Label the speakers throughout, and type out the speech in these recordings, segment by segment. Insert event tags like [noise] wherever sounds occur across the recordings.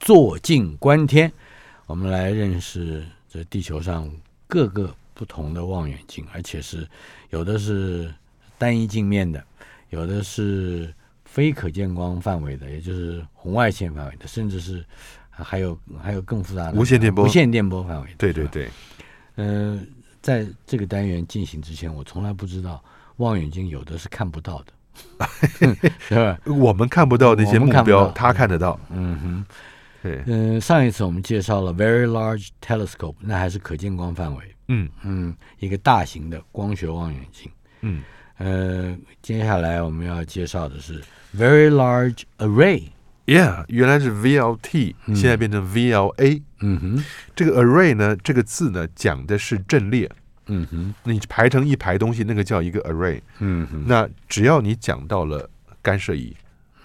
Speaker 1: 坐井观天。我们来认识这地球上各个不同的望远镜，而且是有的是单一镜面的，有的是非可见光范围的，也就是红外线范围的，甚至是还有还有更复杂的
Speaker 2: 无线电波
Speaker 1: 无线电波范围的。
Speaker 2: 对
Speaker 1: 是
Speaker 2: 对
Speaker 1: 吧
Speaker 2: 对，
Speaker 1: 呃，在这个单元进行之前，我从来不知道望远镜有的是看不到
Speaker 2: [laughs]
Speaker 1: 的， [laughs] 是吧？
Speaker 2: 我们看不到那些
Speaker 1: 我们
Speaker 2: 目
Speaker 1: 看不
Speaker 2: 标，
Speaker 1: 到
Speaker 2: 他看得到。
Speaker 1: 嗯哼，
Speaker 2: 对，
Speaker 1: 嗯、上一次我们介绍了 Very Large Telescope，那还是可见光范围，
Speaker 2: 嗯
Speaker 1: 嗯，一个大型的光学望远镜。
Speaker 2: 嗯，
Speaker 1: 呃，接下来我们要介绍的是 Very Large Array，
Speaker 2: Yeah，原来是 VLT，
Speaker 1: 嗯
Speaker 2: 现在变成 VLA。
Speaker 1: 嗯哼，
Speaker 2: 这个 array 呢，这个字呢讲的是阵列，
Speaker 1: 嗯哼，
Speaker 2: 你排成一排东西，那个叫一个 array。
Speaker 1: 嗯哼，
Speaker 2: 那只要你讲到了干涉仪，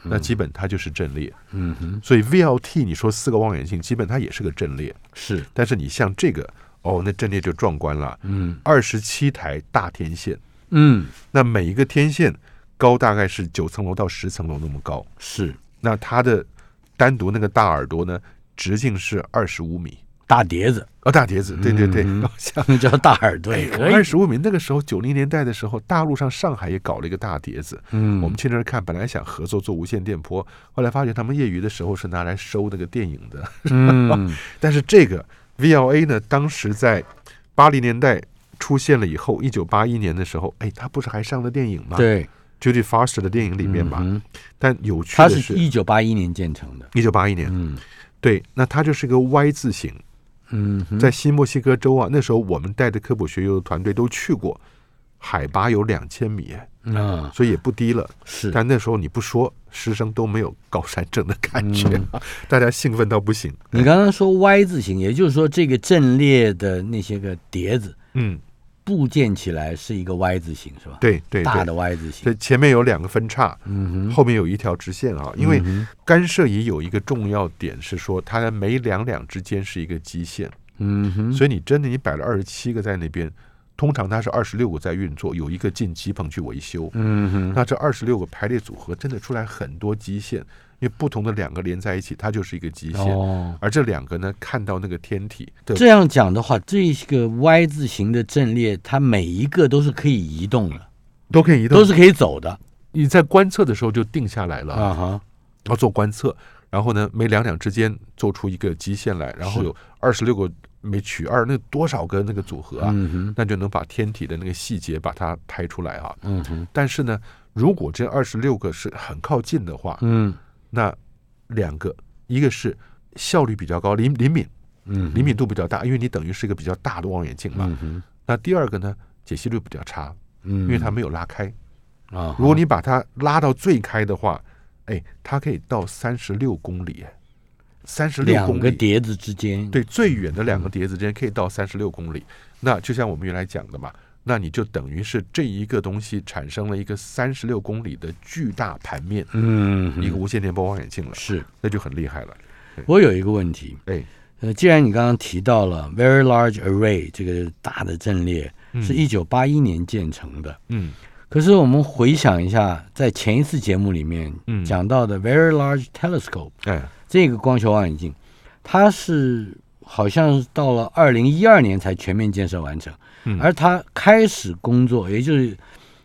Speaker 2: 那基本它就是阵列。
Speaker 1: 嗯哼，
Speaker 2: 所以 VLT 你说四个望远镜，基本它也是个阵列。
Speaker 1: 是，
Speaker 2: 但是你像这个，哦，那阵列就壮观了，
Speaker 1: 嗯
Speaker 2: 二十七台大天线，
Speaker 1: 嗯
Speaker 2: 那每一个天线高大概是九层楼到十层楼那么高。
Speaker 1: 是
Speaker 2: 那它的单独那个大耳朵呢，直径是二十五米。
Speaker 1: 大碟子， [laughs]
Speaker 2: 哦，大碟子，对对对，
Speaker 1: 嗯
Speaker 2: 我想
Speaker 1: 那叫大耳朵，也可
Speaker 2: 二
Speaker 1: 以，
Speaker 2: 十五米。那个时候九零年代的时候，大陆上上海也搞了一个大碟子，
Speaker 1: 嗯
Speaker 2: 我们去那儿看，本来想合作做无线电波，后来发觉他们业余的时候是拿来收那个电影的。
Speaker 1: 嗯
Speaker 2: 但是这个 VLA 呢，当时在八零年代出现了以后，一九八一年的时候，哎，他不是还上了电影吗？
Speaker 1: 对，
Speaker 2: ，Judy Foster 的电影里面吧。
Speaker 1: 嗯哼
Speaker 2: 但有趣
Speaker 1: 它
Speaker 2: 的
Speaker 1: 是
Speaker 2: 是，
Speaker 1: 一九八一年建成的，
Speaker 2: 一九八一年，
Speaker 1: 嗯
Speaker 2: 对，那它就是个 Y 字形，
Speaker 1: 嗯哼，
Speaker 2: 在新墨西哥州啊，那时候我们带的科普学友的团队都去过，海拔有两千米，
Speaker 1: 啊
Speaker 2: 所以也不低了。
Speaker 1: 是，
Speaker 2: 但那时候你不说，师生都没有高山症的感觉，
Speaker 1: 嗯
Speaker 2: [laughs] 大家兴奋到不行。
Speaker 1: 你刚刚说 Y 字形，也就是说这个阵列的那些个碟子
Speaker 2: 嗯，
Speaker 1: 部件起来是一个 Y 字形，是吧？
Speaker 2: 对对
Speaker 1: 大
Speaker 2: 对，
Speaker 1: 的 Y 字形
Speaker 2: 所。以前面有两个分叉，
Speaker 1: 嗯哼，
Speaker 2: 后面有一条直线啊。因为干涉仪有一个重要点是说，它的每两两之间是一个基线，
Speaker 1: 嗯哼，
Speaker 2: 所以你真的你摆了二十七个在那边，通常它是二十六个在运作，有一个进机棚去维修。
Speaker 1: 嗯哼，
Speaker 2: 那这二十六个排列组合真的出来很多基线，因为不同的两个连在一起，它就是一个基线。
Speaker 1: 哦，
Speaker 2: 而这两个呢，看到那个天体的
Speaker 1: 这样讲的话，这个 Y 字形的阵列，它每一个都是可以移动的，
Speaker 2: 都可以移动
Speaker 1: 都，是可以走的
Speaker 2: 你在观测的时候就定下来了，
Speaker 1: 啊哈。
Speaker 2: 要做观测，然后呢，每两两之间做出一个基线来，然后
Speaker 1: 是
Speaker 2: 有二十六个每取二，那多少个那个组合啊，
Speaker 1: 嗯哼，
Speaker 2: 那就能把天体的那个细节把它拍出来啊。
Speaker 1: 嗯哼，
Speaker 2: 但是呢，如果这二十六个是很靠近的话，
Speaker 1: 嗯
Speaker 2: 那两个，一个是效率比较高，灵灵敏
Speaker 1: 嗯
Speaker 2: 灵敏度比较大，因为你等于是一个比较大的望远镜嘛。
Speaker 1: 嗯哼，
Speaker 2: 那第二个呢，解析度比较差，
Speaker 1: 嗯，
Speaker 2: 因为它没有拉开。
Speaker 1: 啊哈，
Speaker 2: 如果你把它拉到最开的话，哎，它可以到三十六公里，哎三十六
Speaker 1: 两
Speaker 2: 公
Speaker 1: 个
Speaker 2: 里，
Speaker 1: 碟子之间，
Speaker 2: 对，最远的两个碟子之间可以到三十六公里。那就像我们原来讲的嘛，那你就等于是这一个东西产生了一个三十六公里的巨大盘面，
Speaker 1: 嗯哼，
Speaker 2: 一个无线电波望远镜了，
Speaker 1: 是
Speaker 2: 那就很厉害了。
Speaker 1: 我有一个问题，
Speaker 2: 哎，
Speaker 1: 呃，既然你刚刚提到了 Very Large Array 这个大的阵列，是一九八一年建成的。
Speaker 2: 嗯
Speaker 1: 可是我们回想一下，在前一次节目里面
Speaker 2: 嗯，
Speaker 1: 讲到的 Very Large Telescope
Speaker 2: 哎，
Speaker 1: 这个光学望远镜，它是好像是到了二零一二年才全面建设完成，
Speaker 2: 嗯
Speaker 1: 而它开始工作，也就是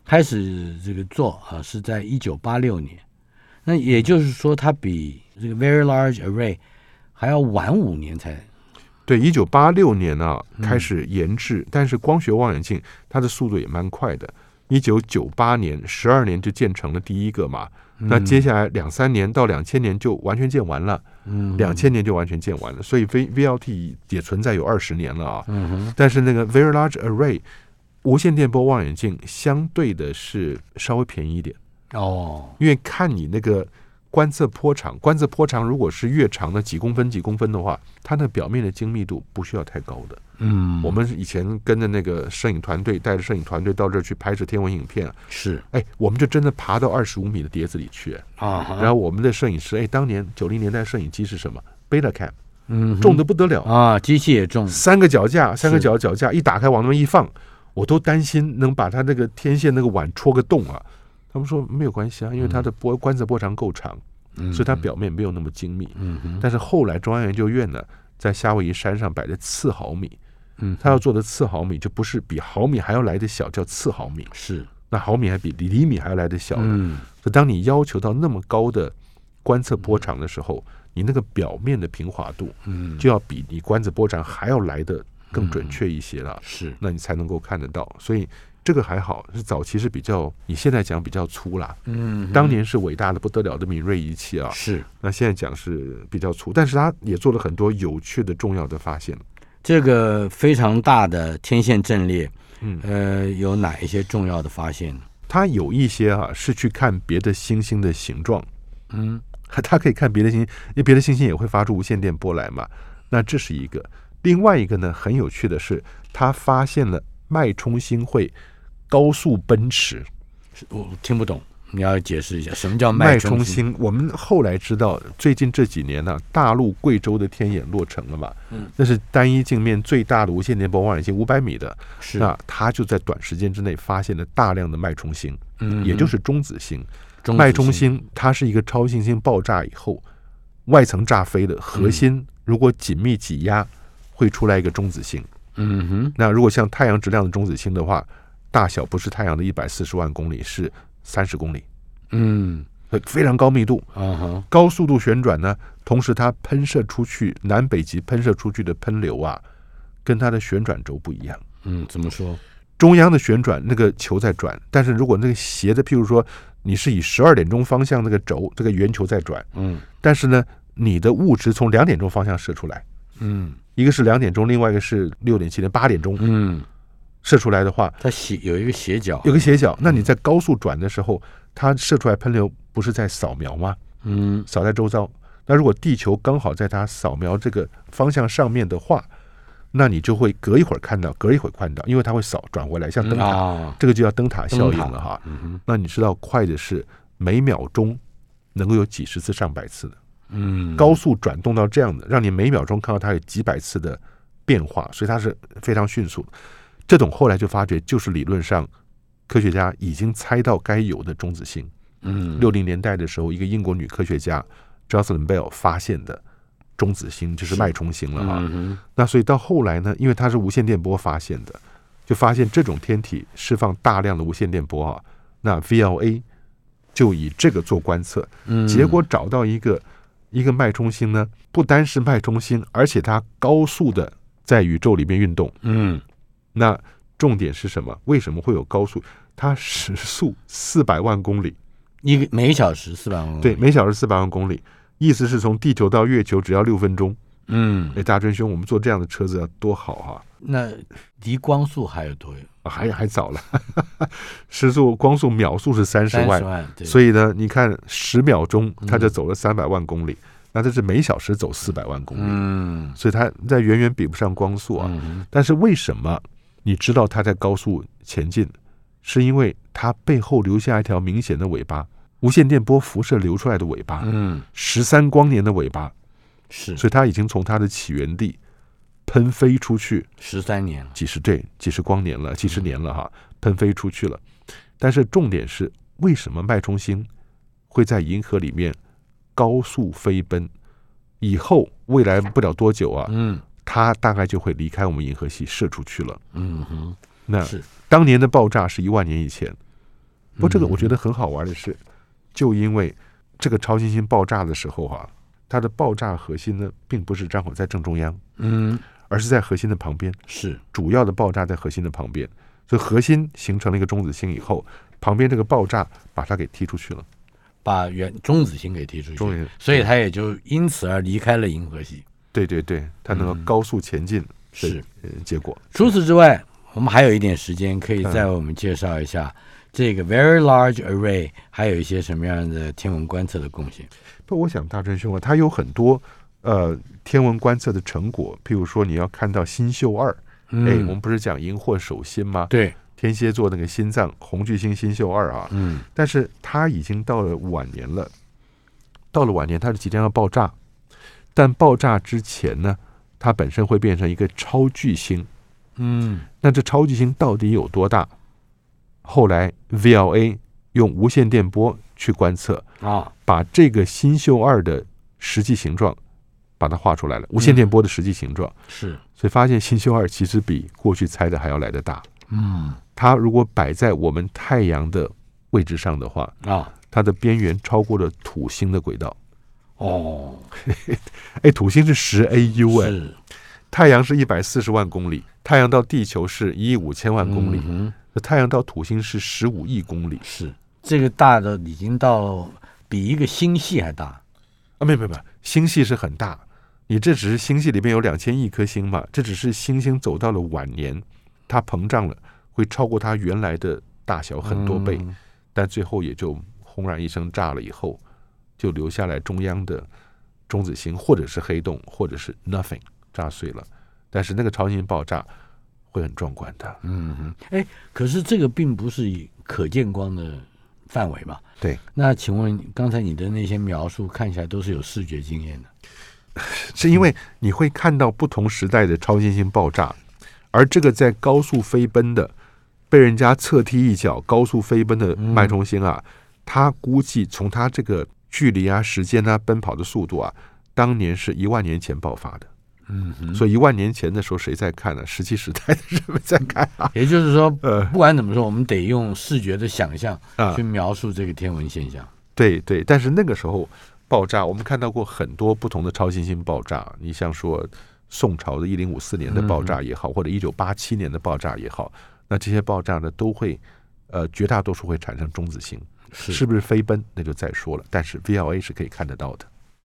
Speaker 1: 开始这个做啊，是在一九八六年。那也就是说，它比这个 Very Large Array 还要晚五年才
Speaker 2: 对，一九八六年啊
Speaker 1: 嗯
Speaker 2: 开始研制，但是光学望远镜它的速度也蛮快的。一九九八年，十二年就建成了第一个嘛。
Speaker 1: 嗯
Speaker 2: 那接下来两三年到两千年就完全建完了，
Speaker 1: 嗯
Speaker 2: 两千年就完全建完了，所以 V VLT 也存在有二十年了啊。
Speaker 1: 嗯哼，
Speaker 2: 但是那个 Very Large Array 无线电波望远镜相对的是稍微便宜一点，
Speaker 1: 哦，
Speaker 2: 因为看你那个观测波长，观测波长如果是越长的几公分几公分的话，它那表面的精密度不需要太高的。
Speaker 1: 嗯，
Speaker 2: 我们以前跟着那个摄影团队，带着摄影团队到这儿去拍摄天文影片，
Speaker 1: 是
Speaker 2: 哎，我们就真的爬到二十五米的碟子里去。
Speaker 1: 啊哈，
Speaker 2: 然后我们的摄影师，哎，当年九零年代摄影机是什么？Betacam，
Speaker 1: 嗯哼
Speaker 2: 重的不得了，
Speaker 1: 啊，机器也重，
Speaker 2: 三个脚架，三个脚脚架一打开往那边一放，我都担心能把它那个天线那个碗戳个洞啊。他们说没有关系啊，因为它的波观测波长够长，
Speaker 1: 嗯
Speaker 2: 所以它表面没有那么精密。
Speaker 1: 嗯哼，
Speaker 2: 但是后来中央研究院呢，在夏威夷山上摆的次毫米，
Speaker 1: 嗯，
Speaker 2: 它要做的次毫米就不是比毫米还要来的小，叫次毫米。
Speaker 1: 是
Speaker 2: 那毫米还比厘米还要来的小呢。
Speaker 1: 嗯
Speaker 2: 所以当你要求到那么高的观测波长的时候，你那个表面的平滑度
Speaker 1: 嗯
Speaker 2: 就要比你观测波长还要来的更准确一些了，
Speaker 1: 是
Speaker 2: 那你才能够看得到。所以这个还好，是早期是比较，你现在讲比较粗啦。
Speaker 1: 嗯哼
Speaker 2: 当年是伟大的不得了的敏锐仪器啊，
Speaker 1: 是
Speaker 2: 那现在讲是比较粗，但是它也做了很多有趣的、重要的发现。
Speaker 1: 这个非常大的天线阵列，
Speaker 2: 嗯
Speaker 1: 呃，有哪一些重要的发现呢？
Speaker 2: 它有一些啊是去看别的星星的形状， [laughs]
Speaker 1: 嗯
Speaker 2: 它可以看别的星星，因为别的星星也会发出无线电波来嘛。那这是一个，另外一个呢，很有趣的是，它发现了脉冲星会高速奔驰。
Speaker 1: 是我听不懂，你要解释一下什么叫
Speaker 2: 脉
Speaker 1: 冲
Speaker 2: 冲？星，我们后来知道，最近这几年呢、大陆贵州的天眼落成了嘛，
Speaker 1: 嗯
Speaker 2: 那是单一镜面最大的无线电波望远镜，五百米的，
Speaker 1: 是
Speaker 2: 那它就在短时间之内发现了大量的脉冲星，
Speaker 1: 嗯
Speaker 2: 也就是中子星。
Speaker 1: 中
Speaker 2: 脉
Speaker 1: 子
Speaker 2: 冲星它是一个超新星爆炸以后外层炸飞的，核心如果紧密挤压会出来一个中子星。
Speaker 1: 嗯哼，
Speaker 2: 那如果像太阳质量的中子星的话，大小不是太阳的一百四十万公里，是三十公里，
Speaker 1: 嗯
Speaker 2: 所以非常高密度、
Speaker 1: 啊哈，
Speaker 2: 高速度旋转呢。同时，它喷射出去南北极喷射出去的喷流啊，跟它的旋转轴不一样。
Speaker 1: 嗯，怎么说？
Speaker 2: 中央的旋转，那个球在转，但是如果那个斜的，譬如说你是以十二点钟方向那个轴，这个圆球在转，
Speaker 1: 嗯
Speaker 2: 但是呢，你的物质从两点钟方向射出来，
Speaker 1: 嗯
Speaker 2: 一个是两点钟，另外一个是六点、七点、八点钟
Speaker 1: 嗯，
Speaker 2: 射出来的话，
Speaker 1: 它斜有一个斜角，
Speaker 2: 有个斜角，那你在高速转的时候，它射出来喷流不是在扫描吗？
Speaker 1: 嗯
Speaker 2: 扫在周遭。那如果地球刚好在它扫描这个方向上面的话，那你就会隔一会儿看到，隔一会儿看到，因为它会扫转回来，像灯塔，
Speaker 1: 啊，
Speaker 2: 这个就叫灯塔效应了哈。
Speaker 1: 嗯哼
Speaker 2: 那你知道快的是每秒钟能够有几十次、上百次的。
Speaker 1: 嗯
Speaker 2: 高速转动到这样的，让你每秒钟看到它有几百次的变化，所以它是非常迅速的。这种后来就发觉，就是理论上科学家已经猜到该有的中子星。
Speaker 1: 嗯
Speaker 2: 六零年代的时候，一个英国女科学家 Jocelyn Bell 发现的中子星，就是脉冲星了啊。
Speaker 1: 嗯哼
Speaker 2: 那所以到后来呢，因为它是无线电波发现的，就发现这种天体释放大量的无线电波啊，那 VLA 就以这个做观测。
Speaker 1: 嗯，
Speaker 2: 结果找到一个一个脉冲星呢，不单是脉冲星，而且它高速的在宇宙里面运动。
Speaker 1: 嗯
Speaker 2: 那重点是什么？为什么会有高速？它时速四百万公里，
Speaker 1: 一个每小时四百万公里
Speaker 2: 对，，每小时四百万公里。意思是从地球到月球只要六分钟。
Speaker 1: 嗯，
Speaker 2: 哎，大真兄，我们坐这样的车子要多好啊哈、
Speaker 1: 那离光速还有多远？
Speaker 2: 啊！还还早了，时速光速秒速是三十
Speaker 1: 三
Speaker 2: 万
Speaker 1: 十，万，对，嗯
Speaker 2: 所以呢，你看十秒钟它就走了三百万公里，那这是每小时走四百万公里。
Speaker 1: 嗯
Speaker 2: 所以它在远远比不上光速啊。
Speaker 1: 嗯哼
Speaker 2: 但是为什么你知道它在高速前进，是因为它背后留下一条明显的尾巴，无线电波辐射流出来的尾巴，
Speaker 1: 嗯
Speaker 2: 十三光年的尾巴，
Speaker 1: 是
Speaker 2: 所以它已经从它的起源地喷飞出去
Speaker 1: 十三年了，
Speaker 2: 几十对几十光年了，几
Speaker 1: 嗯
Speaker 2: 十年了哈，喷飞出去了。但是重点是，为什么脉冲星会在银河里面高速飞奔？以后未来不了多久啊，
Speaker 1: 嗯
Speaker 2: 它大概就会离开我们银河系射出去了。
Speaker 1: 嗯哼，嗯
Speaker 2: 那
Speaker 1: 是
Speaker 2: 当年的爆炸是一万年以前，不过这个
Speaker 1: 嗯
Speaker 2: 我觉得很好玩的是，就因为这个超新星爆炸的时候啊，它的爆炸核心呢，并不是刚好在正中央，
Speaker 1: 嗯
Speaker 2: 而是在核心的旁边，
Speaker 1: 是
Speaker 2: 主要的爆炸在核心的旁边，所以核心形成了一个中子星以后，旁边这个爆炸把它给踢出去了。
Speaker 1: 把原中子星给踢出
Speaker 2: 中
Speaker 1: 去，
Speaker 2: 子
Speaker 1: 所以它也就因此而离开了银河系。
Speaker 2: 对对对，它能够
Speaker 1: 嗯
Speaker 2: 高速前进，
Speaker 1: 是，
Speaker 2: 呃，结果
Speaker 1: 除此之外，我们还有一点时间可
Speaker 2: 嗯
Speaker 1: 以再为我们介绍一下这个 Very Large Array 还有一些什么样的天文观测的贡献。
Speaker 2: 不，我想大真兄啊，它有很多呃天文观测的成果，譬如说你要看到星宿二，
Speaker 1: 嗯
Speaker 2: 哎、我们不是讲荧惑守心吗？
Speaker 1: 对，
Speaker 2: 天蝎座那个心脏红巨星星宿二啊，
Speaker 1: 嗯
Speaker 2: 但是它已经到了晚年了，到了晚年它是即将要爆炸，但爆炸之前呢，它本身会变成一个超巨星。
Speaker 1: 嗯
Speaker 2: 那这超巨星到底有多大？后来 VLA 用无线电波去观测，
Speaker 1: 啊，
Speaker 2: 把这个新秀二的实际形状把它画出来了，无线电波的实际形状。
Speaker 1: 是，
Speaker 2: 所以发现新秀二其实比过去猜的还要来得大。
Speaker 1: 嗯，
Speaker 2: 它如果摆在我们太阳的位置上的话，
Speaker 1: 啊，
Speaker 2: 它的边缘超过了土星的轨道。
Speaker 1: 哦，
Speaker 2: 哎，土星是十 AU 哎，
Speaker 1: 是
Speaker 2: 太阳是一百四十万公里，太阳到地球是一亿五千万公里，
Speaker 1: 嗯哼
Speaker 2: 那太阳到土星是十五亿公里
Speaker 1: 是这个大的已经到比一个星系还大，
Speaker 2: 啊！没有没有没有，星系是很大，你这只是星系里面有两千亿颗星嘛，这只是星星走到了晚年，它膨胀了，会超过它原来的大小很多倍。
Speaker 1: 嗯
Speaker 2: 但最后也就轰然一声炸了以后，就留下来中央的中子星，或者是黑洞，或者是 nothing 炸碎了。但是那个超新星爆炸会很壮观的，
Speaker 1: 嗯哼，哎，可是这个并不是以可见光的范围嘛？
Speaker 2: 对。
Speaker 1: 那请问刚才你的那些描述看起来都是有视觉经验的，
Speaker 2: 是因为你会看到不同时代的超新星爆炸，而这个在高速飞奔的，被人家侧踢一脚高速飞奔的
Speaker 1: 嗯
Speaker 2: 脉冲星啊，它估计从它这个距离啊、时间啊、奔跑的速度啊，当年是一万年前爆发的。
Speaker 1: 嗯哼，
Speaker 2: 所以一万年前的时候，谁在看啊呢？石器时代的人们在看啊。
Speaker 1: 也就是说，
Speaker 2: 呃
Speaker 1: 不管怎么说，我们得用视觉的想象
Speaker 2: 啊
Speaker 1: 去，描述这个天文现象。
Speaker 2: 对对，但是那个时候爆炸，我们看到过很多不同的超新星爆炸。你像说宋朝的一零五四年的爆炸也好，或者一九八七年的爆炸也好，那这些爆炸呢都会，呃，绝大多数会产生中子星，
Speaker 1: 是
Speaker 2: 是不是飞奔那就再说了。但是 VLA 是可以看得到的。